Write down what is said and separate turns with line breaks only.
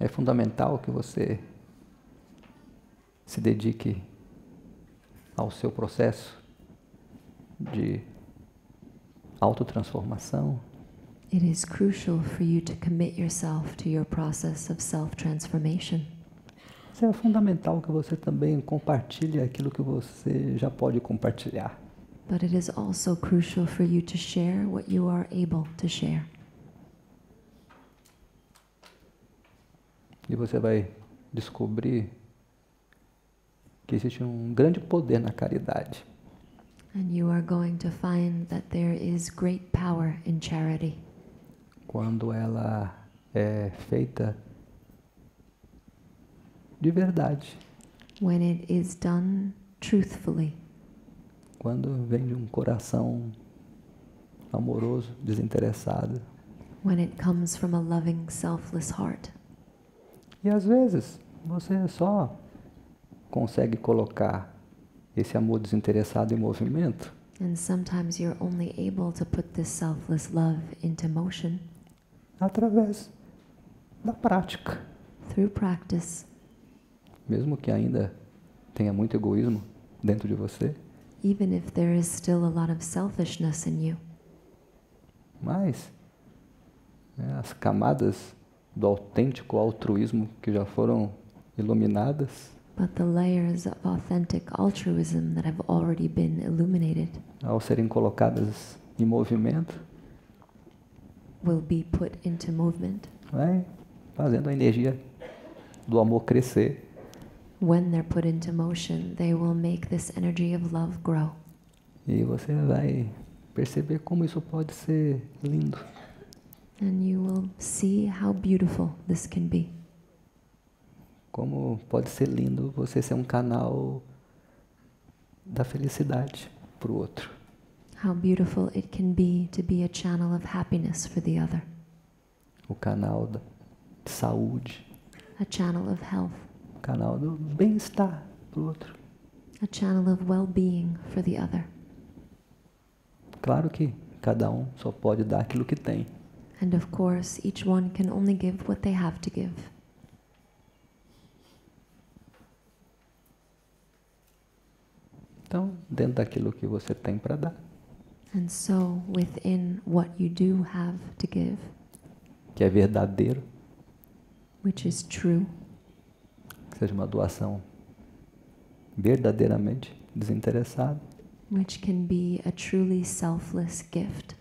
É fundamental que você se dedique ao seu processo de autotransformação,
It is crucial for you to commit yourself to your process of self transformation.
Isso é fundamental que você também compartilhe aquilo que você já pode compartilhar.
But it is also crucial for you to share what you are able to share.
E você vai descobrir que existe um grande poder na caridade.
And you are going to find that there is great power in charity
quando ela é feita de verdade,
when it is done truthfully,
quando vem de um coração amoroso, desinteressado.
when it comes from a loving, selfless heart.
E às vezes você só consegue colocar esse amor desinteressado em movimento
And sometimes you're only able to put this selfless love into motion
através da prática.
through practice,
Mesmo que ainda tenha muito egoísmo dentro de você,
even if there is still a lot of selfishness in you.
mas né, as camadas do autêntico altruísmo que já foram iluminadas
But the layers of authentic altruism that have already been illuminated
ao serem colocadas em movimento,
will be put into movement
vai fazendo a energia do amor crescer
when they're put into motion, they will make this energy of love grow.
e você vai perceber como isso pode ser lindo.
And you will see how beautiful this can be.
Como pode ser lindo você ser um canal da felicidade para o outro.
How beautiful it can be to be a channel of happiness for the other,
O canal da de saúde,
a channel of health,
o canal do bem-estar para o outro.
a channel of well being for the other.
Claro que cada um só pode dar aquilo que tem,
And of course, each one can only give what they have to give.
então, dentro daquilo que você tem para dar,
And so, within what you do have to give,
que é verdadeiro,
which is true,
que seja uma doação verdadeiramente desinteressada,
which can be a truly selfless gift,